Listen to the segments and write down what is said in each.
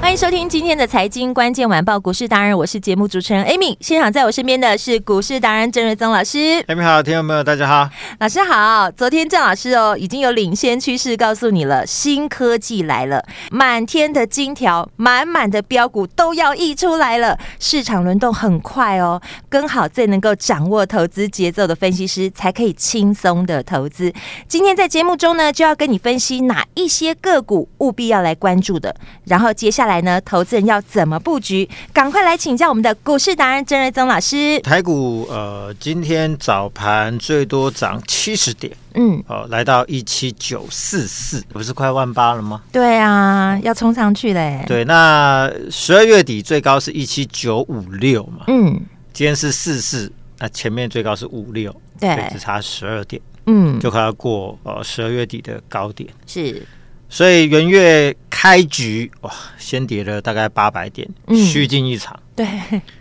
欢迎收听今天的财经关键晚报股市达人，我是节目主持人 Amy。现场在我身边的是股市达人郑瑞宗老师，艾米好，听众朋友大家好。老师好。昨天郑老师哦已经有领先趋势告诉你了，新科技来了，满天的金条，满满的标股都要溢出来了，市场轮动很快哦。跟好最能够掌握投资节奏的分析师，才可以轻松的投资。今天在节目中呢，就要跟你分析哪一些个股务必要来关注的，然后接下来呢，投资人要怎么布局？赶快来请教我们的股市达人郑瑞宗老师。台股呃，今天早盘最多涨七十点，嗯，哦，来到一七九四四，不是快万八了吗？对啊，要冲上去嘞。，对，那十二月底最高是一七九五六嘛，嗯，今天是四四，那前面最高是五六，所以对只，差十二点，嗯，就快要过呃十二月底的高点。是，所以元月开局哇，先跌了大概八百点，嗯虚惊一场。对，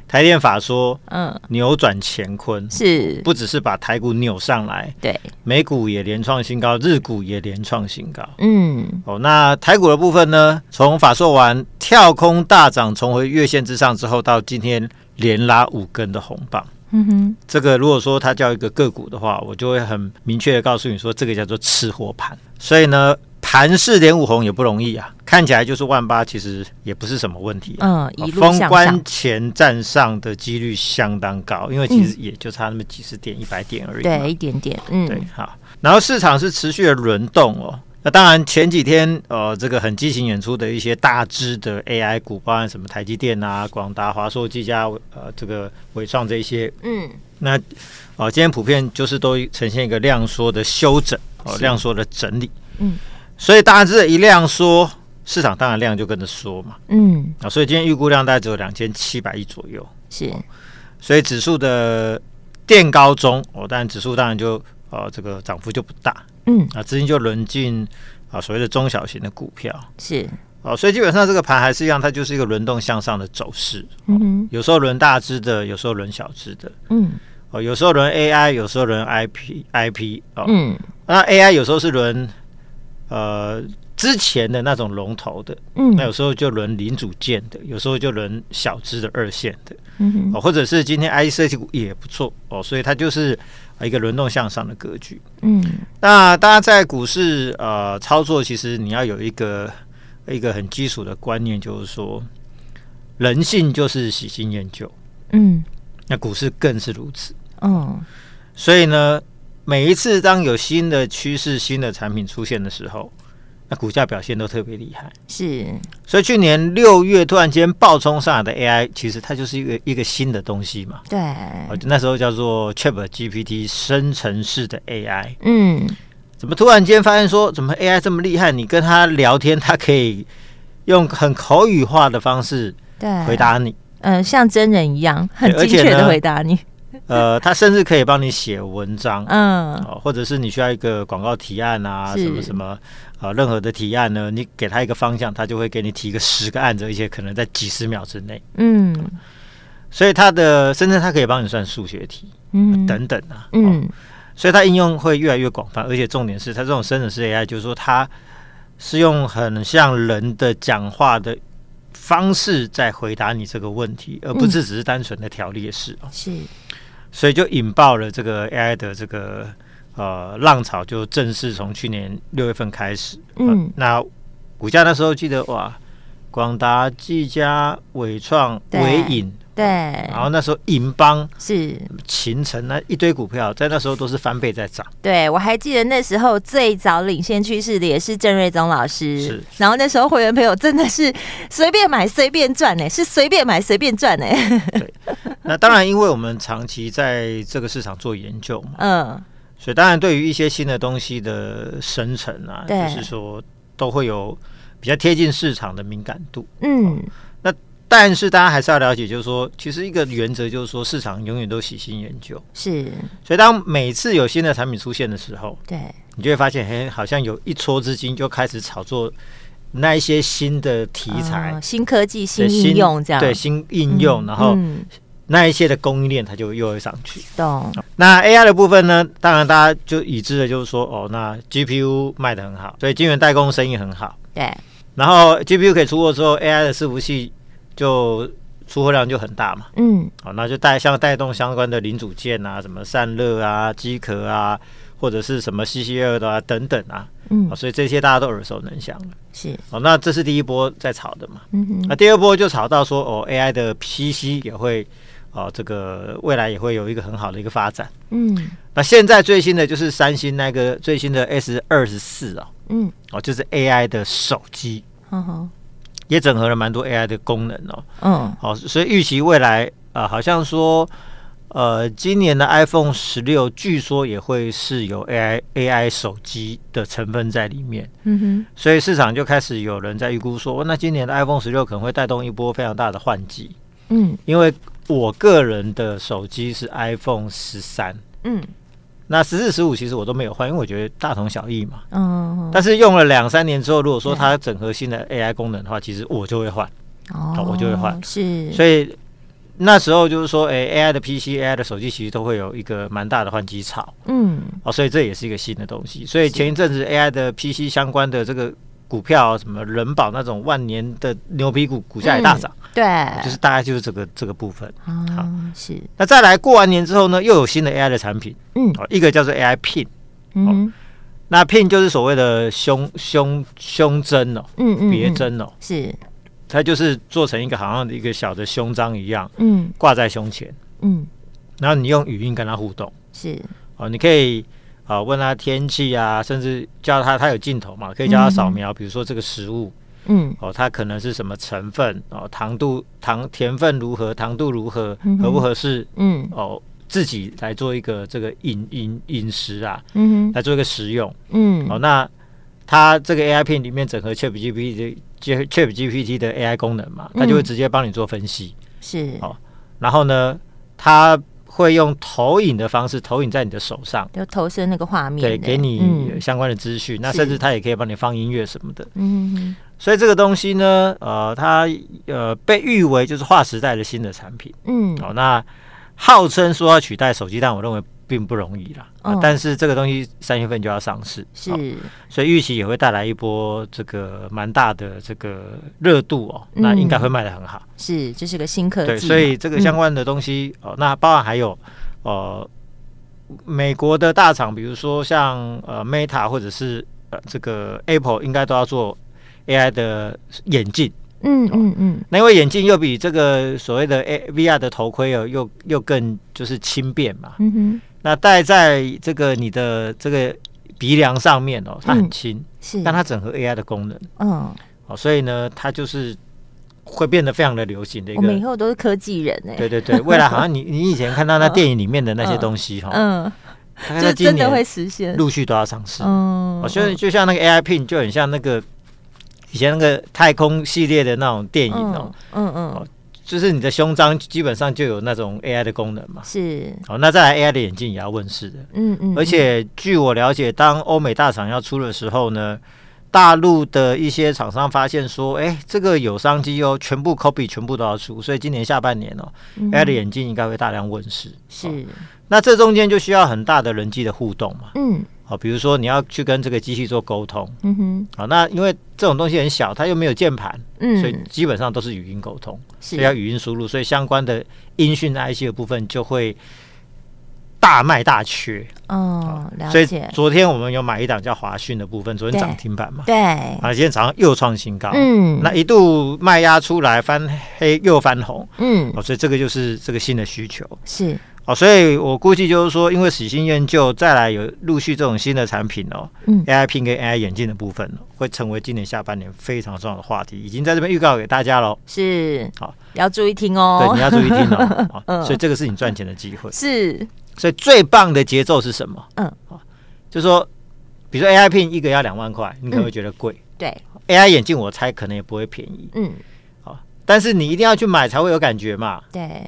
台电法说嗯，扭转乾坤，是，不只是把台股扭上来，对，美股也连创新高，日股也连创新高。嗯，哦，那台股的部分呢？从法硕完跳空大涨，重回月线之上之后，到今天连拉五根的红棒。嗯哼，这个如果说它叫一个个股的话，我就会很明确的告诉你说，这个叫做吃货盘。所以呢，盘势连五红也不容易啊，看起来就是万八，其实也不是什么问题、啊。嗯，一路封向上关，前站上的几率相当高，因为其实也就差那么几十点、一百点而已嘛。对，一点点，嗯，嗯对，好。然后市场是持续的轮动哦。那当然，前几天呃，这个很激情演出的一些大只的 AI 股，包含什么台积电啊、广达、华硕、技嘉、呃，这个伟创这一些，嗯，那呃，今天普遍就是都呈现一个量缩的修整，哦、是量缩的整理。嗯，所以大致一量缩，市场当然量就跟着缩嘛。嗯，啊，所以今天预估量大概只有两千七百亿左右。是，所以指数的垫高中，哦，但指数当然就呃这个涨幅就不大，嗯，啊，资金就轮进啊所谓的中小型的股票，是，哦、所以基本上这个盘还是一样，它就是一个轮动向上的走势，嗯哼，有时候轮大只的，有时候轮小只的，嗯，哦、有时候轮 AI，有时候轮 IP IP 哦，嗯，那 AI 有时候是轮呃之前的那种龙头的，那嗯，有时候就轮零组件的，有时候就轮小只的二线的。嗯哼，哦，或者是今天 IC 股也不错哦，所以它就是呃一个轮动向上的格局。嗯，那大家在股市呃操作，其实你要有一个一个很基础的观念，就是说人性就是喜新厌旧，嗯，那股市更是如此。哦，所以呢，每一次当有新的趋势、新的产品出现的时候，那股价表现都特别厉害。是，所以去年六月突然间暴冲上来的 AI，其实它就是一个一个新的东西嘛。对，哦，就那时候叫做 Chat GPT 生成式的 AI，嗯，怎么突然间发现说，怎么 AI 这么厉害？你跟他聊天，他可以用很口语化的方式对，回，答你，嗯，像真人一样，很对而精且确的呢回答你，呃，他甚至可以帮你写文章。嗯，哦，或者是你需要一个广告提案啊，是什么什么，呃，任何的提案呢，你给他一个方向，他就会给你提个十个案子，而且可能在几十秒之内。嗯，所以他的，甚至他可以帮你算数学题、嗯，等等啊。哦嗯，所以它应用会越来越广泛，而且重点是它这种生成式 AI，就是说它是用很像人的讲话的方式在回答你这个问题，而不是只是单纯的条列式、哦。是，所以就引爆了这个 AI 的这个呃浪潮，就正式从去年六月份开始。呃嗯那股价那时候记得哇，广达、技嘉、伟创、对伟影、对，然后那时候银邦、是，秦城那一堆股票，在那时候都是翻倍在涨。对我还记得那时候最早领先趋势的也是郑瑞宗老师，是然后那时候会员朋友真的是随便买随便赚呢、欸是随便买随便赚呢、欸 那当然，因为我们长期在这个市场做研究嘛，嗯，所以当然对于一些新的东西的生成啊，对就是说都会有比较贴近市场的敏感度。嗯，但是大家还是要了解，就是说，其实一个原则就是说，市场永远都喜新厌旧。是所以当每次有新的产品出现的时候，对，你就会发现，嘿，好像有一撮资金就开始炒作那一些新的题材、嗯新科技、新对应用这样，对新应用，嗯然后嗯那一些的供应链它就又会上去。懂，那 AI 的部分呢，当然大家就已知的就是说，哦，那 GPU 卖得很好，所以晶圆代工生意很好。对，然后 GPU 可以出货之后，AI 的伺服器就出货量就很大嘛，嗯，哦，那就带像带动相关的零组件啊，什么散热啊、机壳啊，或者是什么 CC 二的啊等等啊，嗯哦，所以这些大家都耳熟能详了。是，哦，那这是第一波在炒的嘛，嗯哼，那第二波就炒到说，哦，AI 的 PC 也会，哦，这个未来也会有一个很好的一个发展。嗯那现在最新的就是三星那个最新的 S 二十四哦，嗯，哦，就是 AI 的手机，好好，也整合了蛮多 AI 的功能哦。嗯，好、所以预期未来啊、呃好像说，呃，今年的 iPhone 十六据说也会是有 AI AI 手机的成分在里面，嗯哼，所以市场就开始有人在预估说，哦那今年的 iPhone 十六可能会带动一波非常大的换季，嗯因为我个人的手机是 iPhone 十三。嗯那十四、十五其实我都没有换，因为我觉得大同小异嘛。嗯，但是用了两三年之后，如果说它整合新的 AI 功能的话，其实我就会换。哦我就会换是，所以那时候就是说，哎、a i 的 PC、AI 的手机其实都会有一个蛮大的换机潮嗯，哦，所以这也是一个新的东西。所以前一阵子 AI 的 PC 相关的这个股票、啊什么人保那种万年的牛皮股，股价也大涨，对，就是大概就是这个这个部分。啊，是，那再来过完年之后呢，又有新的 AI 的产品嗯哦，一个叫做 AI Pin。嗯哼那 pin 就是所谓的胸胸胸针哦，嗯嗯，别嗯针哦，是，它就是做成一个好像一个小的胸章一样，嗯挂在胸前，嗯然后你用语音跟它互动是，哦，你可以啊、问它天气啊，甚至叫它，它有镜头嘛，可以叫它扫描，比如说这个食物嗯哦，它可能是什么成分哦，糖度糖甜分如何，糖度如何嗯，哼合不合适嗯哦，自己来做一个这个饮饮饮食啊，嗯哼来做一个食用。嗯哦，那它这个 AI P 里面整合 Chat GPT 的 Chat GPT 的 AI 功能嘛，它就会嗯直接帮你做分析。是好，然后呢，它会用投影的方式投影在你的手上，就投射那个画面对，的，给你嗯相关的资讯。那是甚至它也可以帮你放音乐什么的。嗯哼所以这个东西呢，呃，它呃被誉为就是划时代的新的产品。嗯哦，那号称说要取代手机，但我认为并不容易啦。啊哦但是这个东西三月份就要上市，是哦所以预期也会带来一波这个蛮大的这个热度哦，那嗯应该会卖得很好。是，这是个新科技对，嘛，嗯所以这个相关的东西、哦，那包含还有呃，美国的大厂，比如说像呃 Meta 或者是呃这个 Apple，应该都要做 AI 的眼镜。嗯嗯嗯那因为眼镜又比这个所谓的 A VR 的头盔哦，又又更就是轻便嘛。嗯哼那戴在这个你的这个鼻梁上面哦，它很嗯轻，是，但它整合 AI 的功能。嗯，哦，所以呢，它就是会变得非常的流行的一我们以个。后都是科技人哎，对对对，未来 好像你你以前看到那电影里面的那些东西哈，嗯，大概就在今真的会年实现，陆续都要上市。嗯哦，所以就像那个 AI Pin 就很像那个以前那个太空系列的那种电影哦嗯，嗯嗯就是你的胸章基本上就有那种 AI 的功能嘛。是，哦，那再来 AI 的眼镜也要问世的，嗯嗯，而且据我了解，当欧美大厂要出的时候呢，大陆的一些厂商发现说，哎、这个有商机哦，全部 copy 全部都要出，所以今年下半年哦、嗯 a i 的眼镜应该会大量问世。哦是，那这中间就需要很大的人际的互动嘛，嗯哦，比如说你要去跟这个机器做沟通，嗯哼啊、那因为这种东西很小，它又没有键盘，所以嗯基本上都是语音沟通，所以要是，语音输入，所以相关的音讯 IC 的部分就会大卖大缺，哦，了所以解，昨天我们有买一档叫华讯的部分，昨天对涨停板嘛，对，啊，今天早上又创新高，嗯那一度卖压出来翻黑又翻红，嗯，哦，所以这个就是这个新的需求，是，哦，所以我估计就是说，因为喜新厌旧，再来有陆续这种新的产品哦、嗯 a i Pin 跟 AI 眼镜的部分，哦会成为今年下半年非常重要的话题，已经在这边预告给大家喽。是，好，要注意听对，哦你，要注意听 哦。哦嗯所以这个是你赚钱的机 会。是，所以最棒的节奏是什么？嗯哦，就是说，比如说 AI Pin 一个要两万块，你可能会觉得贵、对， AI 眼镜我猜可能也不会便宜，嗯，但是你一定要去买才会有感觉嘛。对，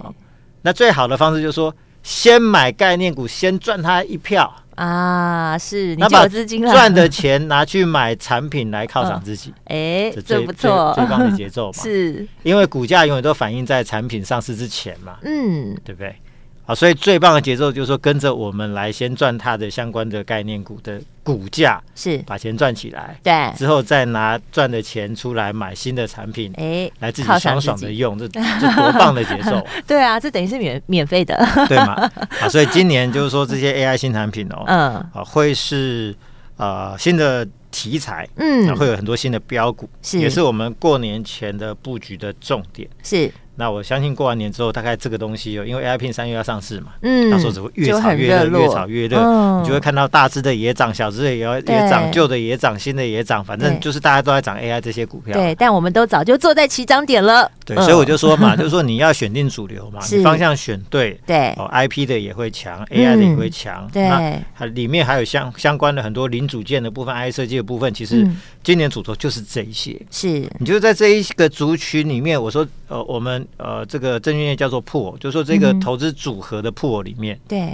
那最好的方式就是说，先买概念股，先赚它一票。啊，是，你那就把有资金了，赚 的，钱拿去买产品来犒赏自己，哎，这最不错，最最棒的节奏嘛。 是，因为股价永远都反映在产品上市之前嘛，嗯，对不对？好，所以最棒的节奏就是说，跟着我们来先赚它的相关的概念股的股价，是，把钱赚起来，对，之后再拿赚的钱出来买新的 产品。哎，来自己犒赏爽自爽的己，用，这这多棒的节 奏，对啊，这等于是免免费的，对吗？啊，所以今年就是说这些 AI 新产品哦， 嗯啊，会是呃新的题材，那会嗯，有很多新的标股，是也是我们过年前的布局的重点。是，那我相信过完年之后，大概这个东西哦，因为 AIP 三月要上市嘛，嗯，到时候只会越就炒很越热热，络越炒越热，嗯你就会看到大只的也涨，小只的也要对也涨，旧的也涨，新的也涨，反对正就是大家都在涨 AI 这些股票。对，但我们都早就坐在起涨点了，对，嗯所以我就说嘛，就是说你要选定主流嘛， 是你方向选对。对嗯哦，IP 的也会强，AI 的也会强，对那它里面还有相相关的很多零组件的部分，I 设计的部分，其实嗯今年主轴就是这一些。是，你就在这一个族群里面，我说呃，我们呃这个证券业叫做 pool，就是说这个嗯投资组合的 pool 里面对，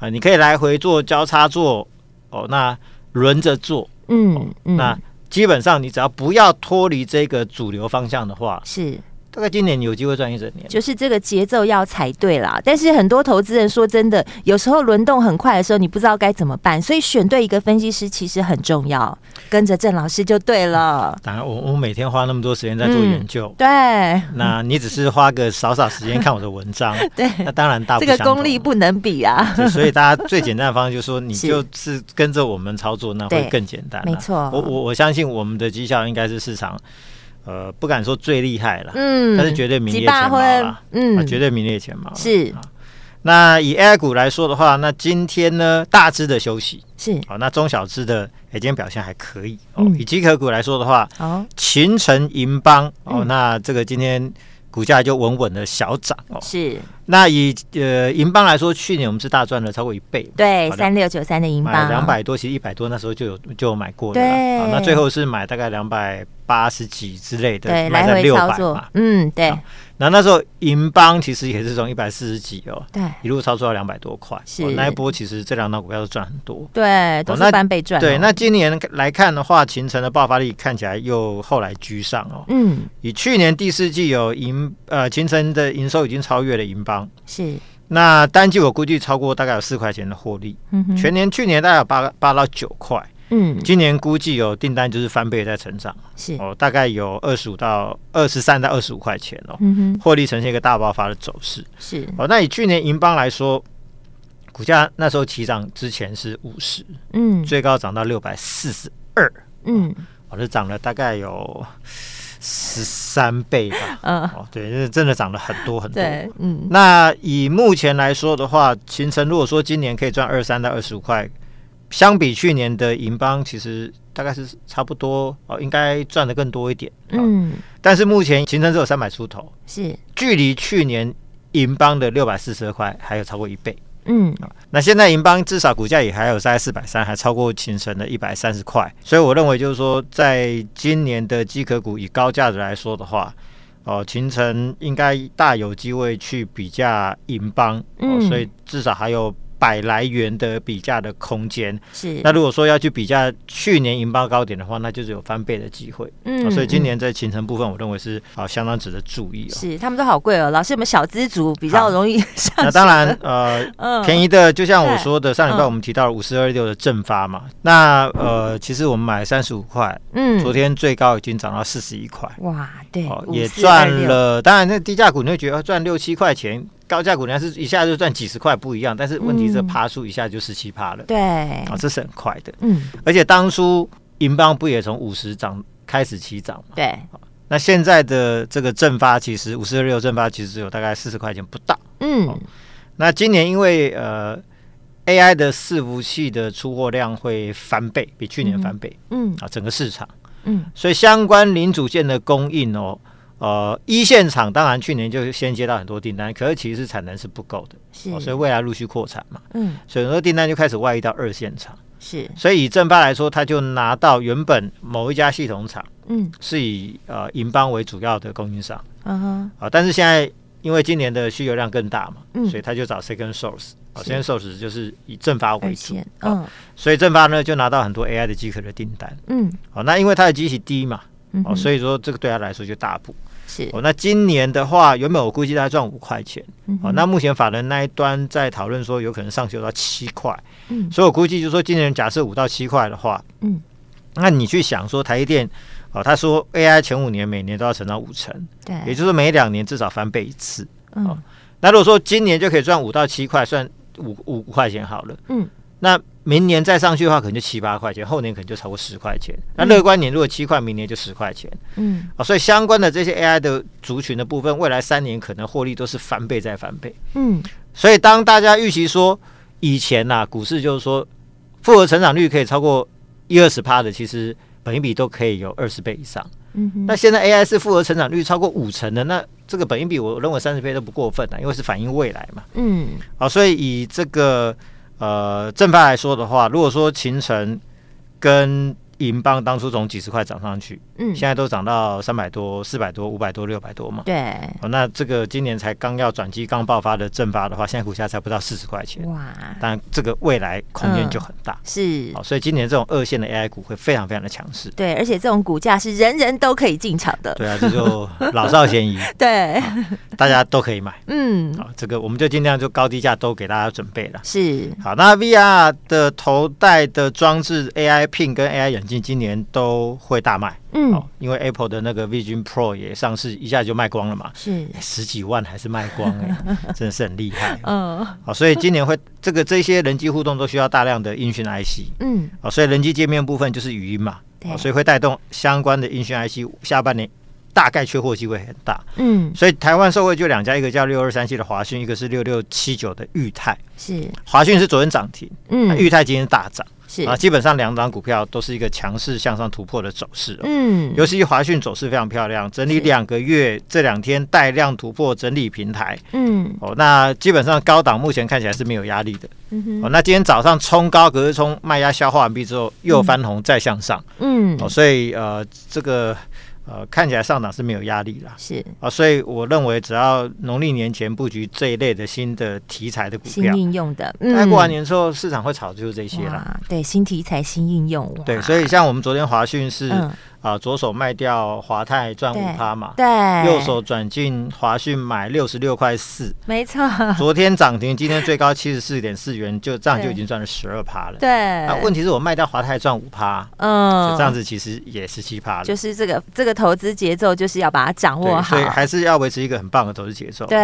啊、你可以来回做交叉做哦，那轮着做，嗯嗯，那基本上你只要不要脱离这个主流方向的话，是，大概今年你有机会赚一整年。就是这个节奏要踩对啦。但是很多投资人说真的，有时候轮动很快的时候，你不知道该怎么办，所以选对一个分析师其实很重要，跟着郑老师就对了。当然，我我每天花那么多时间在做嗯研究，对，那你只是花个少少时间看我的文 章，对那当然大不这个相功同啊力不能比啊。 对所以大家最简单的方式就是说，你是就是跟着我们操作，那对会更简单啦。啊没错我我我相信我们的绩效应该是市场，呃，不敢说最厉害了，嗯，但是绝对名列几前百茅分啦，，啊，嗯，绝对名列前茅啦。是啊。那以 AI 股来说的话，那今天呢，大只的休息，是好、那中小只的，哎、今天表现还可以哦。嗯以机壳股来说的话，哦，秦城银邦哦，嗯那这个今天股价就稳稳的小涨哦。是那以呃银邦来说，去年我们是大赚了超过一倍嘛，对好的三六九三的银买棒，两百多，其实一百多那时候就有就有买过的啦。对好那最后是买大概两百八十几之类的，对，买来在回六操百作嘛。，嗯，对好那那时候银邦其实也是从一百四十几哦，对一路操作到两百多块。是哦那一波其实这两档股票都赚很多。对，都哦是那翻倍赚哦，对，那今年来看的话，秦城的爆发力看起来又后来居上哦。嗯以去年第四季有银呃秦城的营收已经超越了银邦，是，那单季我估计超过大概有四块钱的获利，嗯哼全年去年大概有八八到九块，嗯今年估计有订单就是翻倍在成长是，哦，大概有二十五到二十三到二十五块钱哦，嗯哼获利呈现一个大爆发的走势是，哦。那以去年银邦来说，股价那时候起涨之前是五十，嗯最高涨到六百四十二，嗯哦，这涨了大概有十三倍吧。嗯哦，对，这真的涨了很多很多。对，嗯那以目前来说的话，秦城如果说今年可以赚二三到二十五块，相比去年的银邦，其实大概是差不多哦，应该赚的更多一点。哦，嗯但是目前秦城只有三百出头，是，距离去年银邦的六百四十二块还有超过一倍。嗯那现在银邦至少股价也还有在四百三，还超过秦城的一百三十块，所以我认为就是说，在今年的机壳股以高价值来说的话，哦、秦城应该大有机会去比价银邦，哦，嗯所以至少还有百来元的比价的空间。是，那如果说要去比价去年银邦高点的话，那就是有翻倍的机会、嗯哦所以今嗯年在秦城部分，我认为是啊、相当值得注意哦。是，他们都好贵哦。老师，我们小资族比较好容易上。那当然，呃，嗯便宜，宜的，就像我对嗯说的，上礼拜我们提到五四二六的正发嘛，那呃，其实我们买三十五块，嗯昨天最高已经涨到四十一块，哇，对，哦， 5426也赚，了。当然，那低价股你会觉得赚六七块钱高价股人家是一下就赚几十块不一样，但是问题是嗯爬数一下就十七趴了，对，啊，这是很快的。嗯，而且当初银邦不也从五十涨开始起涨嘛？对，那现在的这个正发其实五十六正发其实只有大概四十块钱不到。嗯好，那今年因为呃 AI 的伺服器的出货量会翻倍，比去年翻倍、嗯，啊，整个市场，嗯，所以相关零组件的供应哦，呃，一线厂当然去年就先接到很多订单，可是其实产能是不够的，哦是，所以未来陆续扩产嘛，嗯，所以很多订单就开始外溢到二线厂，是，所以以正发来说，它就拿到原本某一家系统厂嗯，是以呃银邦为主要的供应商嗯哼，啊，但是现在因为今年的需求量更大嘛，嗯所以他就找 second source 啊是，second source 就是以正发二为主线，，啊嗯，所以正发呢就拿到很多 AI 的机壳的订单，嗯，哦，那因为它的机器低嘛，嗯哦，哼，所以说这个对他来说就大补。是，哦，那今年的话，原本我估计他赚五块钱，嗯哦哼，那目前法人那一端在讨论说有可能上修到七块，嗯所以我估计就是说今年假设五到七块的话，嗯，那你去想说台积电，哦，他说 AI 前五年每年都要成长五成，也对，就是说每两年至少翻倍一次，嗯，那如果说今年就可以赚五到七块，算五五五块钱好了。嗯，那明年再上去的话，可能就七八块钱，后年可能就超过十块钱。那乐观年如果七块，明年就十块钱嗯，啊。所以相关的这些 AI 的族群的部分，未来三年可能获利都是翻倍再翻倍。嗯，所以当大家预期说以前呐、股市就是说复合成长率可以超过一二十趴的，其实本一比都可以有二十倍以上。嗯哼，那现在 AI 是复合成长率超过五成的，那这个本益比我认为三十倍都不过分啊，因为是反映未来嘛。嗯，好，所以以这个呃正派来说的话，如果说秦城跟银邦当初从几十块涨上去，嗯，现在都涨到三百多、四百多、五百多、六百多嘛。对，哦，那这个今年才刚要转机、刚爆发的正发的话，现在股价才不到四十块钱，哇，但这个未来空间就很大。是好、。所以今年这种二线的 AI 股会非常非常的强势。对，而且这种股价是人人都可以进场的。对啊，这就老少 咸宜，对，大家都可以买。嗯，好，这个我们就尽量就高低价都给大家准备了。是，好，那 VR 的头戴的装置 AI Pin 跟 AI 眼镜今年都会大卖，嗯哦，，因为 Apple 的那个 Vision Pro 也上市，一下就卖光了嘛，是，哎十几万还是卖光 哎、真的是很厉害。嗯好，所以今年会这个这些人机互动都需要大量的音讯 IC，嗯，哦，所以人机界面部分就是语音嘛，对所以会带动相关的音讯 IC 下半年大概缺货机会很大，嗯，所以台湾受惠就两家，一个叫六二三七的华讯，一个是六六七九的裕泰。是，华讯是昨天涨停，那嗯，裕泰今天大涨。是，啊，基本上两档股票都是一个强势向上突破的走势、哦。嗯，尤其华讯走势非常漂亮，整理是两个月，这两天带量突破整理平台嗯哦。那基本上高档目前看起来是没有压力的嗯哦。哼，那今天早上冲高，可是冲卖压消化完毕之后又翻红再向上、哦，嗯，所以呃这个呃看起来上档是没有压力啦是啊、所以我认为只要农历年前布局这一类的新的题材的股新票，应用的，那嗯，过完年之后市场会炒就是这些啦。哇，对，新题材、新应用，哇对，所以像我们昨天华讯是啊、嗯，左手卖掉华泰赚对五趴嘛，对，右手转进华讯买六十六块四，没 错，昨天涨停，今天最高七十四点四元，就这样对就已经赚了十二趴了。对啊，，问题是我卖掉华泰赚五趴，嗯这样子其实也十七趴了。就是这个这个投资节奏，就是要把它掌握对，好所以，还是要维持一个很棒的投资节奏。对，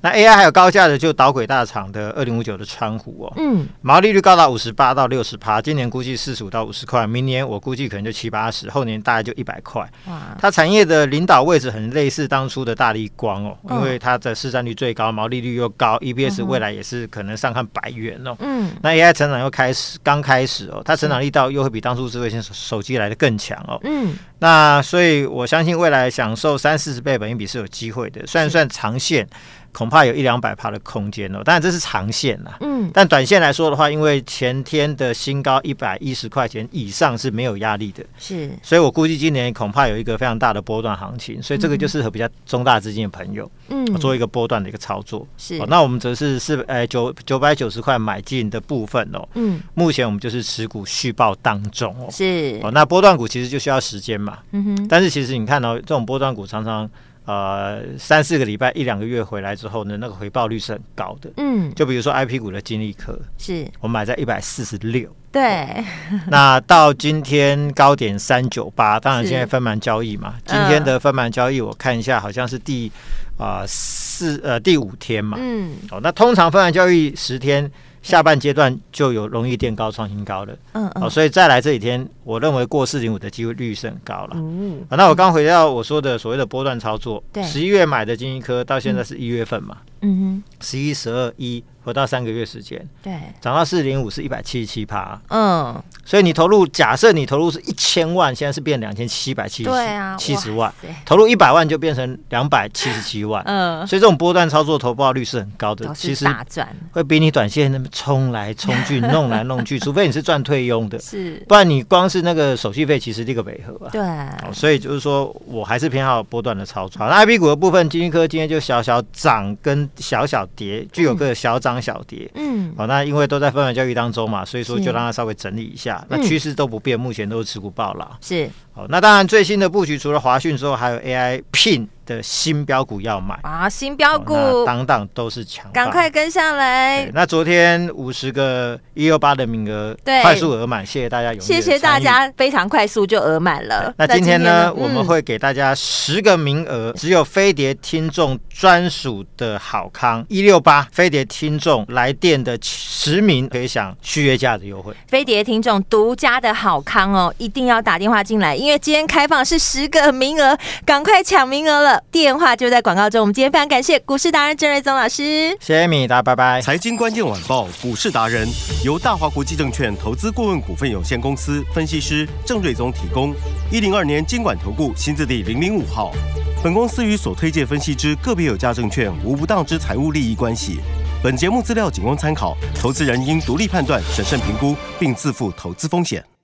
那 AI 还有高价的，就导轨大厂的二零五九的川湖哦，嗯，毛利率高达五十八到六十趴，今年估计四十五到五十块，明年我估计可能就七八十，后年大概就一百嗯块。哇，它产业的领导位置很类似当初的大力光哦，嗯因为它的市占率最高，毛利率又高嗯，EPS 哼未来也是可能上看百元哦。嗯，那 AI 成长又开始，刚开始哦，它成长力道又会比当初智慧型手手机来的更强哦。嗯，那所以我相信未来享受三四十倍本益比是有机会的，算一算长线恐怕有一两百趴的空间哦。当然这是长线啦，嗯，但短线来说的话，因为前天的新高一百一十块钱以上是没有压力的，是，所以我估计今年恐怕有一个非常大的波段行情，所以这个就适合比较中大资金的朋友、嗯，啊做一个波段的一个操作。是哦，那我们则是四呃九九百九十块买进的部分哦，嗯，目前我们就是持股续报当中哦。是，哦，那波段股其实就需要时间嘛，嗯哼，但是其实你看哦，这种波段股常常呃三四个礼拜一两个月回来之后呢，那个回报率是很高的。嗯，就比如说 I P 股的金利科，是我买在一百四十六，对， 那到今天高点三九八，当然是现在分盘交易嘛。今嗯天的分盘交易，我看一下，好像是第啊、呃、四呃第五天嘛，嗯哦，那通常分完交易十天下半阶段就有容易垫高创新高了，嗯哦，嗯所以再来这几天，我认为过四零五的机会率是很高了。嗯，啊那我刚回到我说的所谓的波段操作，对十一月买的金一科到现在是一月份嘛，嗯十一、十二、一，回到三个月时间，哼，对，涨到四零五是一百七十七趴，嗯，所以你投入，假设你投入是一千万，现在是变两千七百七十对啊，七十万哇，塞，投入一百万就变成两百七十七万，嗯，所以这种波段操作投报率是很高的老，其师实大赚，会比你短线那么冲来冲去、弄来弄去，除非你是赚退佣的， 是，不然你光是那个手续费其实立个北合啊。对，哦所以就是说我还是偏好波段的操作。那 I B 股的部分，金科今天就小小涨跟小小跌，具有个小涨小跌。嗯，好、那因为都在分完交易当中嘛，所以说是就让它稍微整理一下。那嗯趋势都不变，目前都是持股暴拉。是，好、那当然最新的布局除了华讯之后，还有 AI PIN 的新标股要买，啊，新标哦股，那当当都是强棒，赶快跟上对。来，那昨天五十个一六八的名额，对快速额满，谢谢大家踊跃谢谢大参与。家，非常快速就额满了。那今天呢，嗯我们会给大家十个名额，只有飞碟听众专属的好康一六八飞碟听众来电的十名，可以享续约价的优惠。飞碟听众独家的好康哦，一定要打电话进来，因为今天开放是十个名额，赶快抢名额了，电话就在广告中。我们今天非常感谢股市达人郑瑞宗老师。谢谢米达，拜拜。财经关键晚报股市达人由大华国际证券投资顾问股份有限公司分析师郑瑞宗提供。一零二年经管投顾新字第零零五号。本公司与所推介分析之个别有价证券无不当之财务利益关系。本节目资料仅供参考，投资人应独立判断、审慎评估，并自负投资风险。